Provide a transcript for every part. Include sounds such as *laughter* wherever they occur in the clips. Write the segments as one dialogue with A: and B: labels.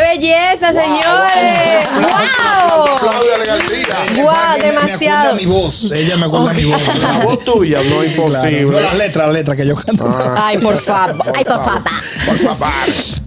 A: belleza, señores! ¡Wow!
B: Claudia García.
A: Guau,
C: Porque me- Me
A: demasiado.
C: acuerda mi voz, ella me acuerda mi voz.
B: La voz tuya, no es
C: Claro, no,
B: imposible.
C: las letras, las letras que yo canto. *laughs*
A: Ay, por favor, ay, por favor.
B: Por favor.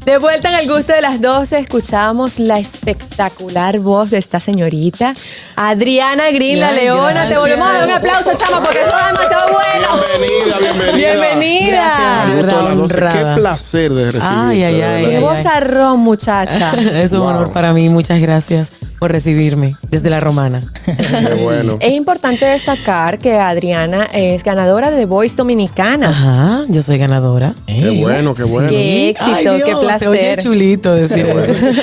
A: De vuelta en el gusto de las 12, escuchamos la espectacular voz de esta señorita, Adriana Green, la
C: Gracias.
A: leona. Te volvemos a dar un aplauso, chama, porque eso es demasiado bueno.
B: Bienvenida, bienvenida.
A: Bienvenida.
B: El
D: Gracias.
B: gusto de las
D: Honrada,
B: 12.
D: honrada.
B: Qué placer de recibirte.
D: Ay, ay,
B: de
D: ay.
B: verdad.
A: Qué vozarrón,
D: *laughs*
A: muchacha.
D: Es un
B: Wow.
D: honor para mí. Muchas gracias por recibirme desde la romana.
B: Qué bueno.
A: Es importante destacar que Adriana es ganadora de Voice Dominicana.
D: Ajá, *laughs* yo soy ganadora.
B: Qué bueno, qué bueno.
A: Qué éxito,
D: Ah, Ay,
A: qué placer.
D: Se oye chulito decir eso.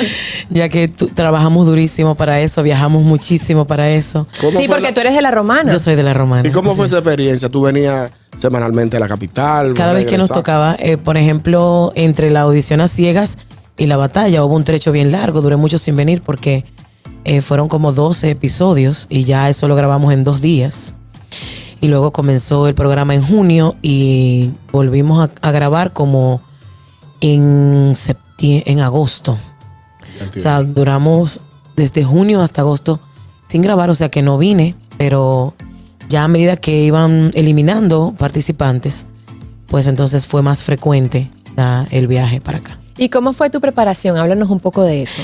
D: ya que tú- trabajamos durísimo para eso, viajamos muchísimo para eso.
B: ¿Cómo
A: Sí,
B: fue
A: porque
B: la-
A: tú eres de la romana.
D: Yo soy de la romana.
B: ¿Y cómo
D: así
B: fue
D: es.
B: esa experiencia? ¿Tú venías semanalmente a la capital?
D: Cada vez que nos
B: regresabas?
D: tocaba, eh, por ejemplo, entre la audición a ciegas y la batalla, hubo un trecho bien largo, duré mucho sin venir porque eh, fueron como 12 episodios y ya eso lo grabamos en dos días. Y luego comenzó el programa en junio y volvimos a, a grabar como en, septie- en agosto. O sea, duramos desde junio hasta agosto sin grabar, o sea que no vine, pero ya a medida que iban eliminando participantes, pues entonces fue más frecuente la- el viaje para acá.
A: ¿Y cómo fue tu preparación? Háblanos un poco de eso.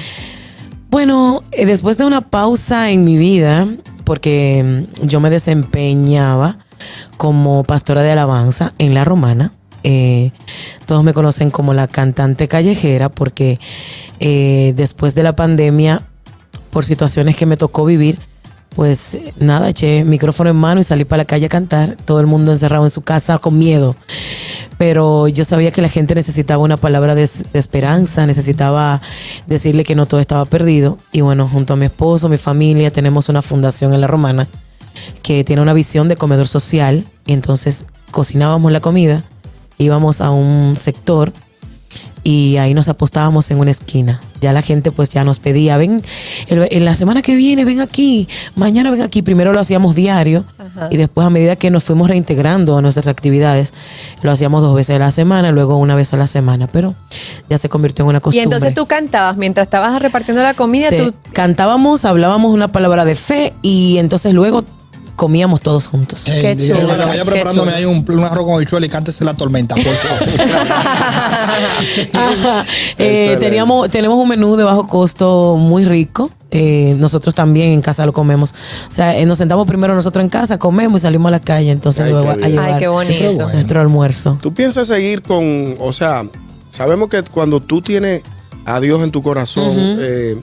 D: Bueno, eh, después de una pausa en mi vida, porque mm, yo me desempeñaba como pastora de alabanza en La Romana. eh, todos me conocen como la cantante callejera porque eh, después de la pandemia, por situaciones que me tocó vivir, pues eh, nada, eché micrófono en mano y salí para la calle a cantar. Todo el mundo encerrado en su casa con miedo pero yo sabía que la gente necesitaba una palabra de, de esperanza, necesitaba decirle que no todo estaba perdido. Y bueno, junto a mi esposo, mi familia, tenemos una fundación en La Romana que tiene una visión de comedor social. Y entonces cocinábamos la comida, íbamos a un sector y ahí nos apostábamos en una esquina. Ya la gente pues ya nos pedía, ven, el- en la semana que viene ven aquí, mañana ven aquí. Primero lo hacíamos diario
A: Ajá.
D: y después a medida que nos fuimos reintegrando a nuestras actividades, lo hacíamos dos veces a la semana, luego una vez a la semana, pero ya se convirtió en una
A: Y
D: costumbre.
A: entonces tú cantabas mientras estabas repartiendo la comida,
D: Se-
A: tú
D: cantábamos, hablábamos una palabra de fe y entonces luego comíamos todos juntos.
C: Eh,
A: Qué
C: digo,
A: chulo,
C: bueno,
A: qué
C: vaya preparándome
A: chulo.
C: ahí un, un arroz con habichuela y cántese la
A: *laughs*
C: tormenta, por favor.
D: Ajá. Eh,
B: Excelente.
D: teníamos, tenemos un menú de bajo costo muy rico. Eh, nosotros también en casa lo comemos. O sea, eh, nos sentamos primero nosotros en casa, comemos y salimos a la calle. Entonces,
B: Ay,
D: luego
B: qué
D: a
B: bien.
D: llevar
A: Ay, qué bonito.
C: bueno.
D: nuestro almuerzo.
B: ¿Tú piensas seguir con, o sea, sabemos que cuando tú tienes a Dios en tu corazón, eh,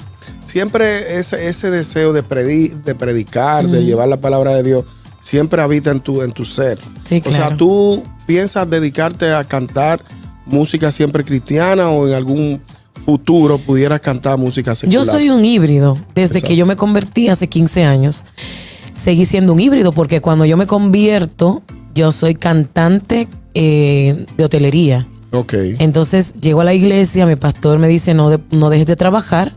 B: siempre ese, ese deseo de, predi- de predicar, de llevar la palabra de Dios, siempre habita en tu, en tu ser.
D: Sí,
B: O sea,
D: claro.
B: ¿tú piensas dedicarte a cantar música siempre cristiana o en algún futuro pudieras cantar música secular?
D: Yo soy un híbrido. Desde
B: Exacto.
D: que yo me convertí hace 15 años, seguí siendo un híbrido porque cuando yo me convierto, yo soy cantante eh, de hotelería.
B: Ok.
D: Entonces llego a la iglesia, mi pastor me dice no, de- no dejes de trabajar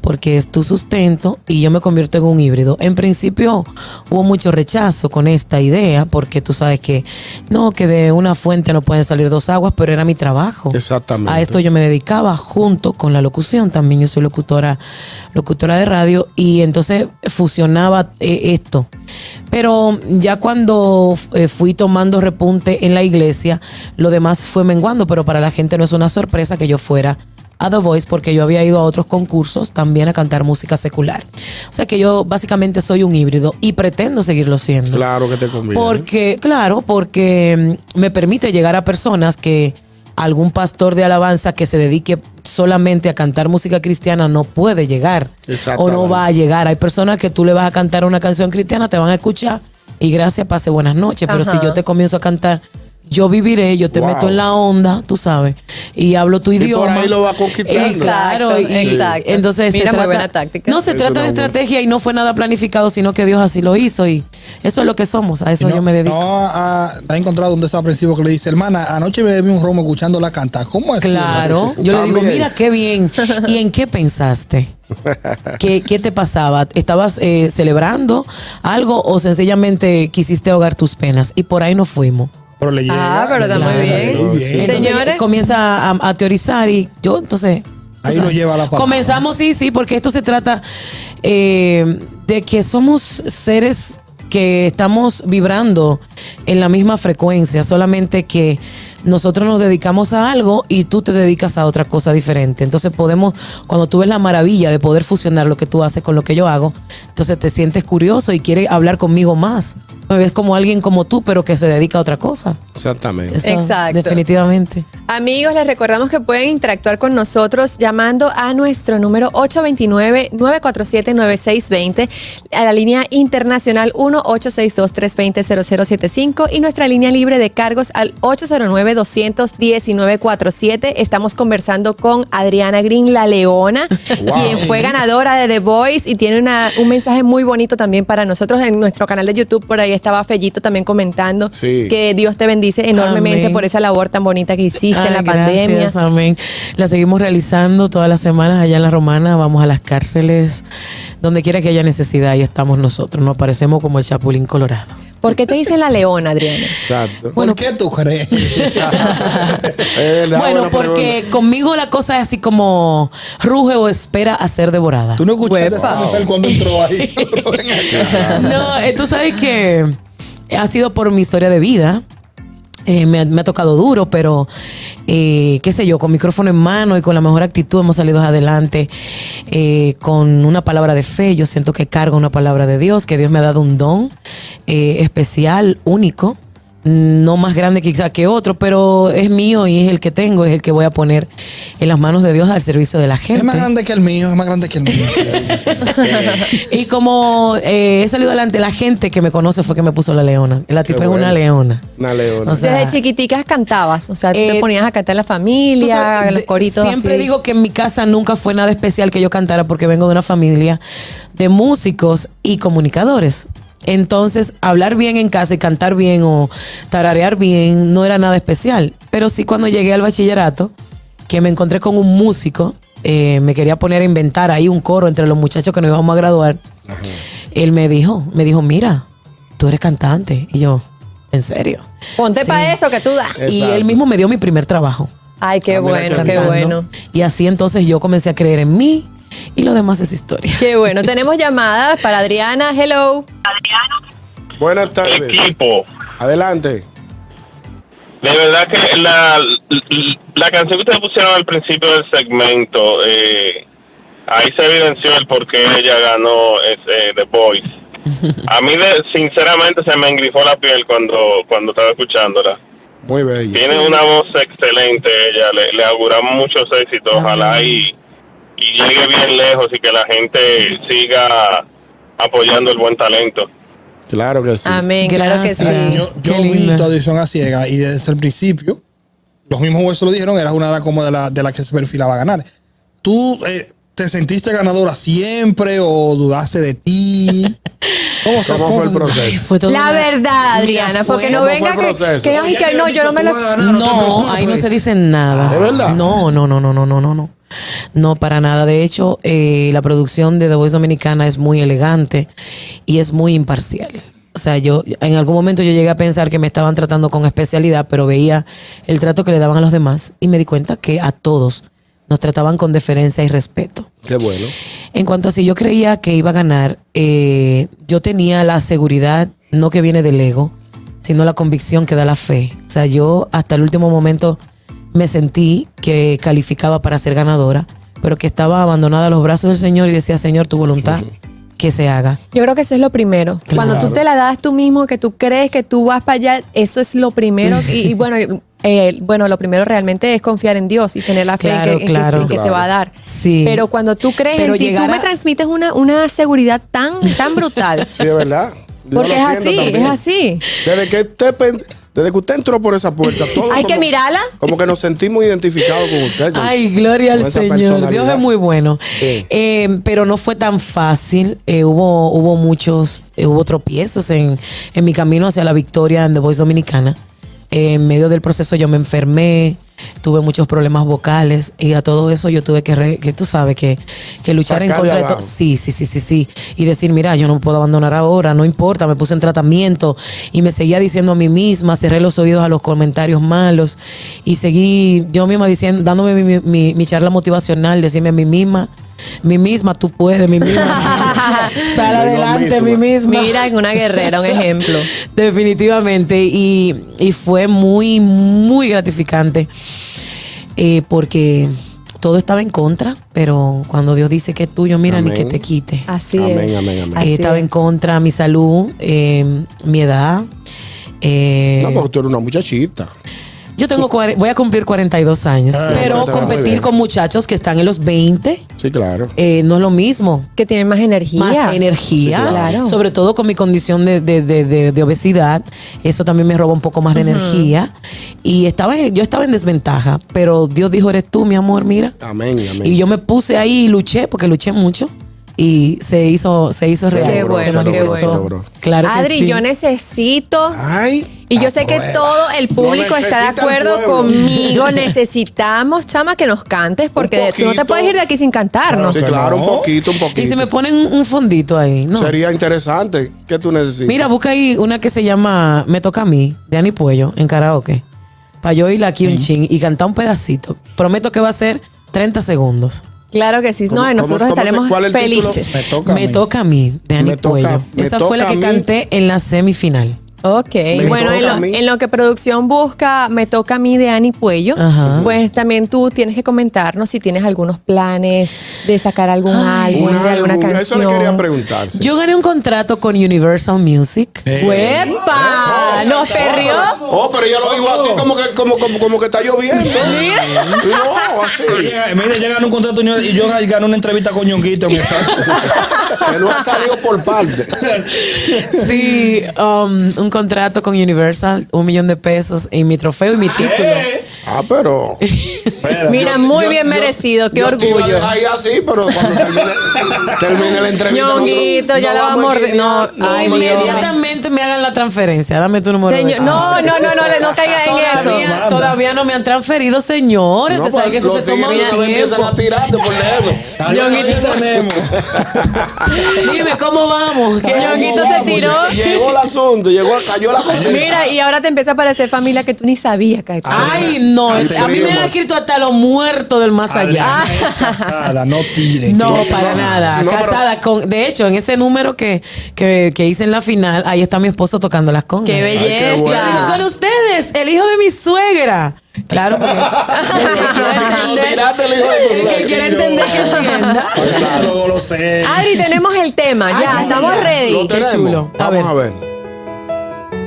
D: porque es tu sustento y yo me convierto en un híbrido. En principio hubo mucho rechazo con esta idea porque tú sabes que no, que de una fuente no pueden salir dos aguas, pero era mi trabajo.
B: Exactamente.
D: A esto yo me dedicaba junto con la locución. También yo soy locutora, locutora de radio y entonces fusionaba eh, esto. Pero ya cuando eh, fui tomando repunte en la iglesia, lo demás fue menguando, pero para la gente no es una sorpresa que yo fuera a The Voice porque yo había ido a otros concursos también a cantar música secular. O sea que yo básicamente soy un híbrido y pretendo seguirlo siendo.
B: Claro que te conviene.
D: Porque, claro, porque mm, me permite llegar a personas que algún pastor de alabanza que se dedique solamente a cantar música cristiana no puede llegar o
B: Exactamente.
D: no va a llegar. Hay personas que tú le vas a cantar una canción cristiana, te van a escuchar y gracias, pase buenas noches. Pero
A: Ajá.
D: si yo te comienzo a cantar, yo viviré, yo te
B: Wow.
D: meto en la onda, tú sabes, y hablo tu
B: por
D: idioma.
B: ahí lo va conquistando.
D: Y claro, y-
A: Exacto, exacto.
D: entonces se
A: Mira, muy
D: trata-
A: buena táctica.
D: No se
B: Es
D: trata
B: una
D: de
B: buena.
D: estrategia y no fue nada planificado, sino que Dios así lo hizo y eso es lo que somos, a eso
C: no,
D: yo me dedico.
C: No, ah, ha encontrado un desaprensivo que le dice, hermana, anoche me bebí un romo escuchándola cantar. ¿Cómo es?
D: Claro,
B: sí.
D: yo le digo,
B: También.
D: mira qué bien. ¿Y en
C: *laughs*
D: qué pensaste? ¿Qué, qué te pasaba? ¿Estabas eh, celebrando algo o sencillamente quisiste ahogar tus penas? Y por ahí nos fuimos.
C: Pero le llega.
A: Ah, pero está muy
C: le llega,
A: bien.
C: muy bien.
D: Entonces,
A: Señores.
D: comienza a, a teorizar y yo, entonces.
C: Ahí
D: tú
C: lo
D: sabes.
C: lleva la palabra.
D: Comenzamos, sí, sí, porque esto se trata eh, de que somos seres que estamos vibrando en la misma frecuencia, solamente que nosotros nos dedicamos a algo y tú te dedicas a otra cosa diferente. Entonces podemos, cuando tú ves la maravilla de poder fusionar lo que tú haces con lo que yo hago, entonces te sientes curioso y quieres hablar conmigo más. Me ves como alguien como tú, pero que se dedica a otra cosa.
B: Exactamente.
D: Eso,
A: Exacto.
D: Definitivamente.
A: Amigos, les recordamos que pueden interactuar con nosotros llamando a nuestro número 829-947-9620, a la línea internacional 1-862-320-0075 y nuestra línea libre de cargos al 809-219-47. Estamos conversando con Adriana Green, la leona,
B: *laughs* Wow.
A: quien fue ganadora de The Voice y tiene una- un mensaje muy bonito también para nosotros en nuestro canal de YouTube. Por ahí estaba Fellito también comentando
B: Sí.
A: que Dios te bendice enormemente
D: Amén.
A: por esa labor tan bonita que hiciste en
D: Ay,
A: la pandemia.
D: gracias, Amén. La seguimos realizando todas las semanas allá en La Romana. Vamos a las cárceles, donde quiera que haya necesidad, ahí estamos nosotros. Nos aparecemos como el Chapulín Colorado.
A: ¿Por qué te dicen la leona, Adriana?
B: Exacto.
C: ¿Por qué tú crees?
B: *laughs*
C: *laughs*
B: Eh, da
D: bueno,
B: buena
D: porque
B: pregunta.
D: conmigo la cosa es así como ruge o espera a ser devorada.
C: Tú no escuchaste a esa
B: Wow.
C: mujer cuando entró ahí. *laughs* Ven acá.
D: *laughs*
A: *laughs*
D: No, eh, tú sabes que ha sido por mi historia de vida. Eh, me, ha- me ha tocado duro, pero eh, qué sé yo, con micrófono en mano y con la mejor actitud hemos salido adelante eh, con una palabra de fe. Yo siento que cargo una palabra de Dios, que Dios me ha dado un don eh, especial, único, no más grande quizá que otro, pero es mío y es el que tengo, es el que voy a poner en las manos de Dios al servicio de la gente.
C: Es más grande que el mío, es más grande que
A: *laughs*
C: el mío.
D: Y como eh, he salido adelante, la gente que me conoce fue que me puso la leona. La
B: Qué
D: tipa es
B: bueno.
D: una leona.
B: Una leona.
D: O sea,
A: Desde chiquiticas cantabas, o sea, tú te
D: eh,
A: ponías a cantar en la
D: Tú sabes,
A: familia,
D: de-
A: los coritos.
D: Siempre
A: así.
D: digo que en mi casa nunca fue nada especial que yo cantara porque vengo de una familia de músicos y comunicadores. Entonces, hablar bien en casa y cantar bien o tararear bien no era nada especial. Pero sí cuando llegué al bachillerato, que me encontré con un músico, eh, me quería poner a inventar ahí un coro entre los muchachos que nos íbamos a graduar. Él me dijo, me dijo, mira, tú eres cantante. Y yo, ¿en serio?
A: Ponte
D: Sí.
A: para eso que tú das.
B: Eh.
D: Y
B: Exacto.
D: él mismo me dio mi primer trabajo
A: Ay, qué
B: Ah, mira
A: bueno,
B: qué
A: qué
D: cantando.
A: bueno.
D: Y así entonces yo comencé a creer en mí y lo demás es historia.
A: Qué
D: *laughs*
A: bueno. Tenemos llamadas para Adriana. Hello.
B: Buenas tardes.
E: equipo.
B: Adelante.
E: De verdad que la, la canción que ustedes pusieron al principio del segmento, eh, ahí se evidenció el por qué ella ganó ese, The Voice. A mí, de- sinceramente, se me engrifó la piel cuando, cuando estaba escuchándola.
B: Muy bello.
E: Tiene una voz excelente ella, le, le auguramos muchos éxitos, ojalá y, y llegue bien lejos y que la gente siga apoyando el buen talento.
B: Claro que sí.
A: Amén, claro que
D: Gracias.
A: sí.
C: Yo, yo
D: Qué
C: vi
D: linda.
C: tu audición a ciega y desde el principio, los mismos huesos lo dijeron, eras una de las como de la, de las que se perfilaba a ganar. ¿Tú eh, te sentiste ganadora siempre o dudaste de
D: *laughs*
C: ti? ¿Cómo, se-
B: ¿Cómo fue el
C: se-
B: proceso?
D: Fue todo
A: La
D: una-
A: verdad,
D: Mira,
A: Adriana,
D: fue-
A: porque no
B: ¿Cómo fue
A: venga
B: el
A: que,
B: proceso?
A: que, ay,
C: Ya
A: que
C: te
A: no,
C: habían
A: yo no
C: dicho,
A: me
C: tú
A: lo...
C: vas a ganar, te
D: No,
C: preocupes.
D: ahí no se dice nada.
B: ¿De verdad?
D: No, no, no, no, no, no, no, no, no. para nada. De hecho, eh, la producción de The Voice Dominicana es muy elegante y es muy imparcial. O sea, yo en algún momento yo llegué a pensar que me estaban tratando con especialidad, pero veía el trato que le daban a los demás y me di cuenta que a todos nos trataban con deferencia y respeto.
B: Qué bueno.
D: En cuanto a si yo creía que iba a ganar, eh, yo tenía la seguridad, no que viene del ego, sino la convicción que da la fe. O sea, yo hasta el último momento me sentí que calificaba para ser ganadora, pero que estaba abandonada a los brazos del Señor y decía, Señor, tu voluntad, que se haga.
A: Yo creo que eso es lo primero. Cuando tú te la das tú mismo, que tú crees que tú vas para allá, eso es lo primero. Y, y bueno, *laughs* eh, bueno, lo primero realmente es confiar en Dios y tener la fe en que-
D: Claro,
A: en que, sí,
D: claro.
A: que se va a dar.
D: Sí.
A: Pero cuando tú crees
D: Pero
A: en ti, tú
D: llegar a-
A: me transmites una, una seguridad tan, tan brutal.
B: Sí, de verdad. Yo
A: Porque
B: lo
A: es
B: siento
A: así,
B: también.
A: es así.
B: Desde que, usted, pen- desde que usted entró por esa puerta, todo
A: Hay que mirarla.
B: Como que nos sentimos identificados con usted. con-
D: Ay, gloria
B: con
D: al
B: esa
D: Señor.
B: personalidad.
D: Dios es muy bueno.
B: Sí.
D: Eh, pero no fue tan fácil. Eh, hubo, hubo muchos, eh, hubo tropiezos en, en mi camino hacia la victoria en The Voice Dominicana. Eh, en medio del proceso yo me enfermé, tuve muchos problemas vocales y a todo eso yo tuve que, re- que tú sabes, que, que luchar en
B: Sacar de
D: contra de todo.
B: abajo.
D: Sí, sí, sí, sí, sí. Y decir, mira, yo no puedo abandonar ahora, no importa, me puse en tratamiento y me seguía diciendo a mí misma, cerré los oídos a los comentarios malos y seguí yo misma diciendo, dándome mi, mi- mi- mi charla motivacional, decirme a mí misma, mi misma, tú puedes,
B: *laughs*
D: mi misma, sal
B: Yo
D: adelante, mi
B: misma.
D: misma.
A: Mira, en una guerrera, un ejemplo.
D: Definitivamente. Y, y fue muy, muy gratificante. eh, porque todo estaba en contra, pero cuando Dios dice que es tuyo, mira, ni que
B: Amén.
D: te quite.
A: Así
B: Amén,
A: es.
B: amén, amén.
D: Eh,
A: así
D: estaba
A: es.
D: en contra mi salud, eh, mi edad. eh,
B: No, porque tú eres una muchachita.
D: yo tengo cuare- voy a cumplir 42 años,
C: Ah,
D: pero
B: está muy bien.
D: competir con muchachos que están en los 20
B: Sí, claro.
D: eh, no es lo mismo.
A: Que tienen más energía.
D: Más energía,
A: Sí, claro.
D: sobre todo con mi condición de, de- de- de- de obesidad, eso también me roba un poco más de energía. Y estaba, en- yo estaba en desventaja, pero Dios dijo, eres tú, mi amor, mira.
B: Amén, amén.
D: Y yo me puse ahí y luché, porque luché mucho. Y se hizo, se hizo
B: Se
D: real.
A: logró,
D: se
A: se logró, se
D: manifestó.
B: logró.
D: Claro que
A: Adri,
D: sí.
A: yo necesito.
B: Ay.
A: Y yo sé que
B: aprueba.
A: todo el público
B: Lo
A: está de
B: necesita el
A: acuerdo
B: pueblo. *laughs*
A: conmigo. Necesitamos, chama, que nos cantes, porque tú no te
B: poquito.
A: puedes ir de aquí sin cantarnos.
B: Sí, claro, un
C: No.
B: poquito, un poquito.
D: Y si me ponen un fondito ahí, ¿no?
B: Sería interesante. ¿Qué tú necesitas?
D: Mira, busca ahí una que se llama Me toca a mí, de Ani Puello, en karaoke. Para yo ir aquí un chin y cantar un pedacito. Prometo que va a ser 30 segundos.
A: Claro que sí.
B: ¿Cómo-
A: No, y
B: cómo-
A: nosotros
B: cómo se-
A: estaremos
B: cuál es el título?
A: felices.
C: Me toca. a
D: me
C: mí.
D: toca a mí, de Ani
B: Me toca-
D: Puello.
B: me
D: Esa fue la
B: toca
D: que
B: a mí.
D: canté en la semifinal.
A: Ok, bueno,
B: toca
A: en
B: a
A: lo,
B: mí.
A: en lo que producción busca, me toca a mí de Ani Puello,
D: Ajá.
A: pues también tú tienes que comentarnos si tienes algunos planes de sacar algún
D: Ay.
A: álbum,
B: Un
A: de alguna
B: álbum. Eso
A: canción.
B: le quería preguntar. sí. Eh.
D: Yo gané un contrato con Universal Music.
C: Eh,
A: ¡Uepa! ¡Nos perrió!
B: Oh, pero yo lo digo así como que, como, como, como que está lloviendo. eh, no,
C: *laughs*
B: así.
C: Mira, mira, eh, ya gané un contrato y yo gané una entrevista con Ñonguito.
D: *laughs*
C: mi hermano.
B: Que no ha salido por parte.
D: Sí, um, un contrato con Universal, un millón de pesos y mi trofeo y mi título.
B: Ah, pero. eh,
C: Espera.
A: Mira, muy bien merecido, qué
B: Yo te iba a
A: orgullo.
B: dejar Ahí así, pero cuando termine, termine la entrevista.
A: Ñonguito,
B: nosotros-
A: ya la vamos a
B: en
A: re-
B: línea,
A: no, ay,
B: vamos en línea.
A: inmediata-
D: Inmediatamente me hagan la transferencia. Dame tu número. de
A: Señor- no, no, no, no, no, no caiga en eso.
D: Ah, Todavía,
C: Manda.
D: todavía no me han transferido, señores.
B: No,
D: Usted sabe que
B: pues,
D: eso
B: los
D: se toma
B: tigres
D: un
B: no empiezan
D: tiempo.
B: a tirarte por leerlo.
C: Ah, no,
A: Ñonguito.
C: ahí tenemos.
D: *laughs* Dime, ¿cómo vamos? ¿Qué
A: Ñonguito
D: ñonguito?
A: se
B: pues,
A: tiró.
B: Llegó el asunto, llegó, cayó la cosa.
A: Mira, y ahora te empieza a aparecer familia que tú ni sabías que
D: Ay, no. A mí me han escrito hasta los muertos del más allá.
C: Adriana es casada, no tires.
D: No,
C: Que-
D: para nada.
B: no, pero-
D: Casada con. De hecho, en ese número que, que, que hice en la final, ahí está mi esposo tocando las congas.
A: ¡Qué
D: Vengo Con
A: belleza!
D: ustedes, el hijo de mi suegra. Claro,
A: *laughs*
D: porque. el que quiera
B: Tirate el hijo de tu
D: entender- el que quiera entender que entienda.
C: Claro, luego lo sé.
A: Adri, tenemos el tema, ya,
D: Ay,
A: estamos
D: ya.
A: ready.
B: Lo tenemos.
D: chulo. A
B: Vamos a ver.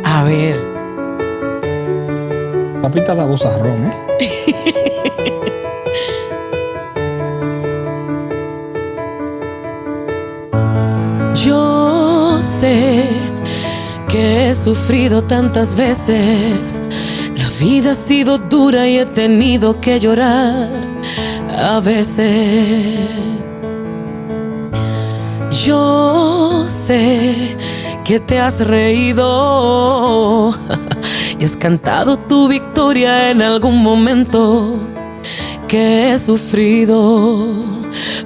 D: A ver.
C: Papita da bozarrón, ¿eh?
D: Yo sé que he sufrido tantas veces. La vida ha sido dura y he tenido que llorar a veces. Yo sé que te has reído *laughs* y has cantado tu victoria en algún momento que he sufrido.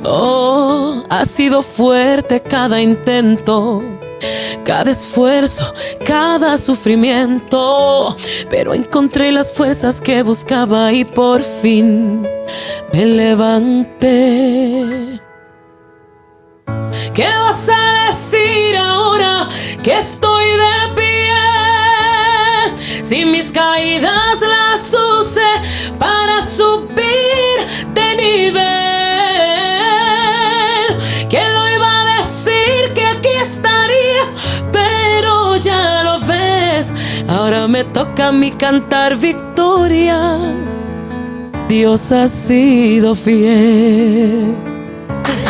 D: Oh, ha sido fuerte cada intento, cada esfuerzo, cada sufrimiento, pero encontré las fuerzas que buscaba y por fin me levanté. ¿Qué vas a decir ahora que estoy de pie? Si mis caídas las usé para subir de nivel. ¿Quién lo iba a decir que aquí estaría? Pero ya lo ves. Ahora me toca a mí cantar victoria. Dios ha sido fiel.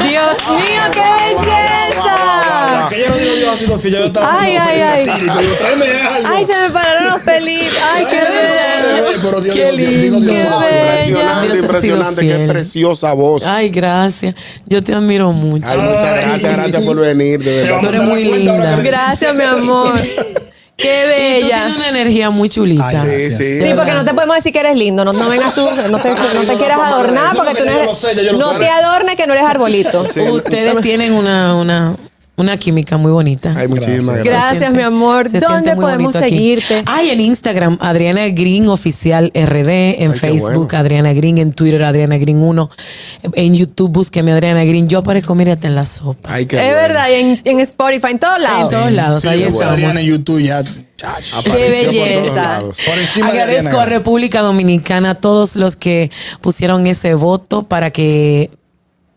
A: Dios mío, qué belleza.
C: Que ella no dijo yo así, Sofía, yo estaba.
A: Ah. Ay, ay, ay.
C: Tire, pero yo, tráeme algo.
A: Ay, se me pararon los pelitos. Ay, qué bello.
C: Ay, Pero Dios,
D: Qué
C: Dios, Dios, digo, Dios,
A: lindo.
C: Dios.
A: Qué bello.
B: Impresionante,
D: Dios ha sido
B: impresionante. Qué
D: fiel.
B: preciosa voz.
D: Ay, gracias. Yo te admiro mucho.
B: Ay, muchas gracias, gracias por venir, de
C: Te
B: verdad.
C: vamos a
D: Tú eres
C: dar
D: muy
C: cuenta ahora que
D: linda.
C: le-
A: Gracias, mi amor. Qué
D: Y tú tienes
A: bella.
D: una energía muy chulita.
C: Ay,
B: Sí, sí.
A: Sí, porque no te podemos decir que eres lindo. No, no vengas tú, no te, no te quieras adornar porque tú no
C: Yo lo sé, ya yo
A: eres.
C: lo
A: No
C: sé.
A: te adornes que no eres arbolito.
B: Sí.
D: Ustedes tienen una, una, una química muy bonita.
B: Hay muchísimas gracias.
A: Gracias, mi amor.
D: se
A: ¿Dónde
D: siente muy
A: podemos
D: bonito aquí.
A: seguirte?
D: Ay, en Instagram, Adriana Green Oficial RD, en
B: Ay, qué
D: Facebook,
B: bueno.
D: Adriana Green, en Twitter, Adriana Green 1, en YouTube, búsqueme Adriana Green. Yo aparezco, mírate en la sopa.
B: Ay, qué
A: es
B: bueno.
A: verdad, y en, en Spotify, en todos
D: En
A: lados.
D: todos lados,
C: Sí,
D: ahí
C: yo
D: estamos.
C: Adriana en YouTube ya. chacho.
B: Apareció
A: Qué
B: por todos
A: belleza.
B: lados.
C: Por encima de
D: Agradezco a
C: Adriana.
D: República Dominicana a todos los que pusieron ese voto para que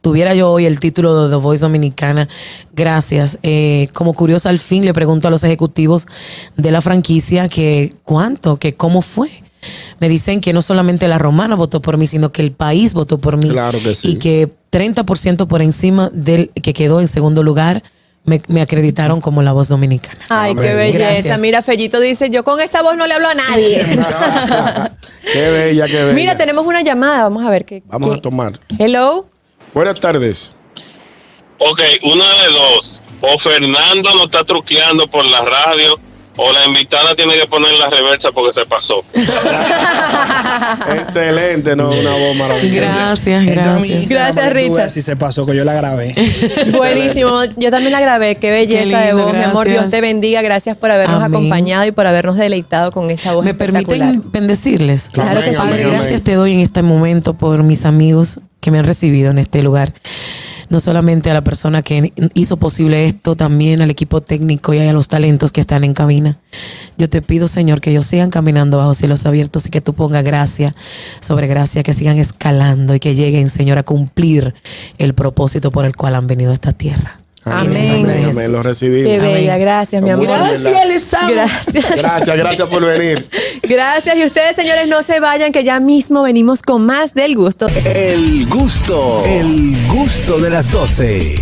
D: tuviera yo hoy el título de The Voice Dominicana. Gracias. Eh, como curiosa, al fin le pregunto a los ejecutivos de la franquicia que cuánto, que cómo fue. Me dicen que no solamente la romana votó por mí, sino que el país votó por mí.
B: Claro que sí.
D: Y que 30% por encima del que quedó en segundo lugar me, me acreditaron como la voz dominicana.
A: Ay,
B: Amén.
A: qué belleza.
D: Gracias.
A: Mira, Fellito dice, yo con esta voz no le hablo a nadie.
B: *laughs*
D: *laughs*
B: qué bella, qué bella.
A: Mira, tenemos una llamada. Vamos a ver qué.
B: Vamos
A: qué-
B: a tomar.
A: Hello.
B: Buenas tardes.
E: Ok, una de dos. O Fernando lo está truqueando por la radio, o la invitada tiene que poner la reversa porque se pasó.
B: Excelente, no, una voz maravillosa.
D: Gracias,
C: Entra a mi
D: gracias.
C: Instagram
A: Gracias,
C: para que tú
A: Richard.
C: veas Si se pasó, que yo la grabé.
A: Buenísimo. Yo también la grabé. Qué belleza
D: lindo,
A: de voz, mi amor.
D: gracias.
A: Dios te bendiga. Gracias por habernos
D: Amén.
A: acompañado y por habernos deleitado con esa voz.
D: ¿Me
A: espectacular.
D: permiten bendecirles?
A: Claro que sí.
D: Padre,
A: Amén,
D: gracias te doy en este momento por mis amigos que me han recibido en este lugar. No solamente a la persona que hizo posible esto, también al equipo técnico y a los talentos que están en cabina. Yo te pido, Señor, que ellos sigan caminando bajo cielos abiertos y que tú pongas gracia sobre gracia, que sigan escalando y que lleguen, Señor, a cumplir el propósito por el cual han venido a esta tierra.
A: Amén.
B: Amén, amén, Lo
A: Qué
B: recibimos.
A: bella.
D: Amén.
A: Gracias, mi amor.
B: Amor, ¿verdad?
D: les
A: Gracias.
B: Gracias, gracias por venir.
A: Gracias. Y ustedes, señores, no se vayan, que ya mismo venimos con más del gusto.
F: El gusto, el gusto de las 12.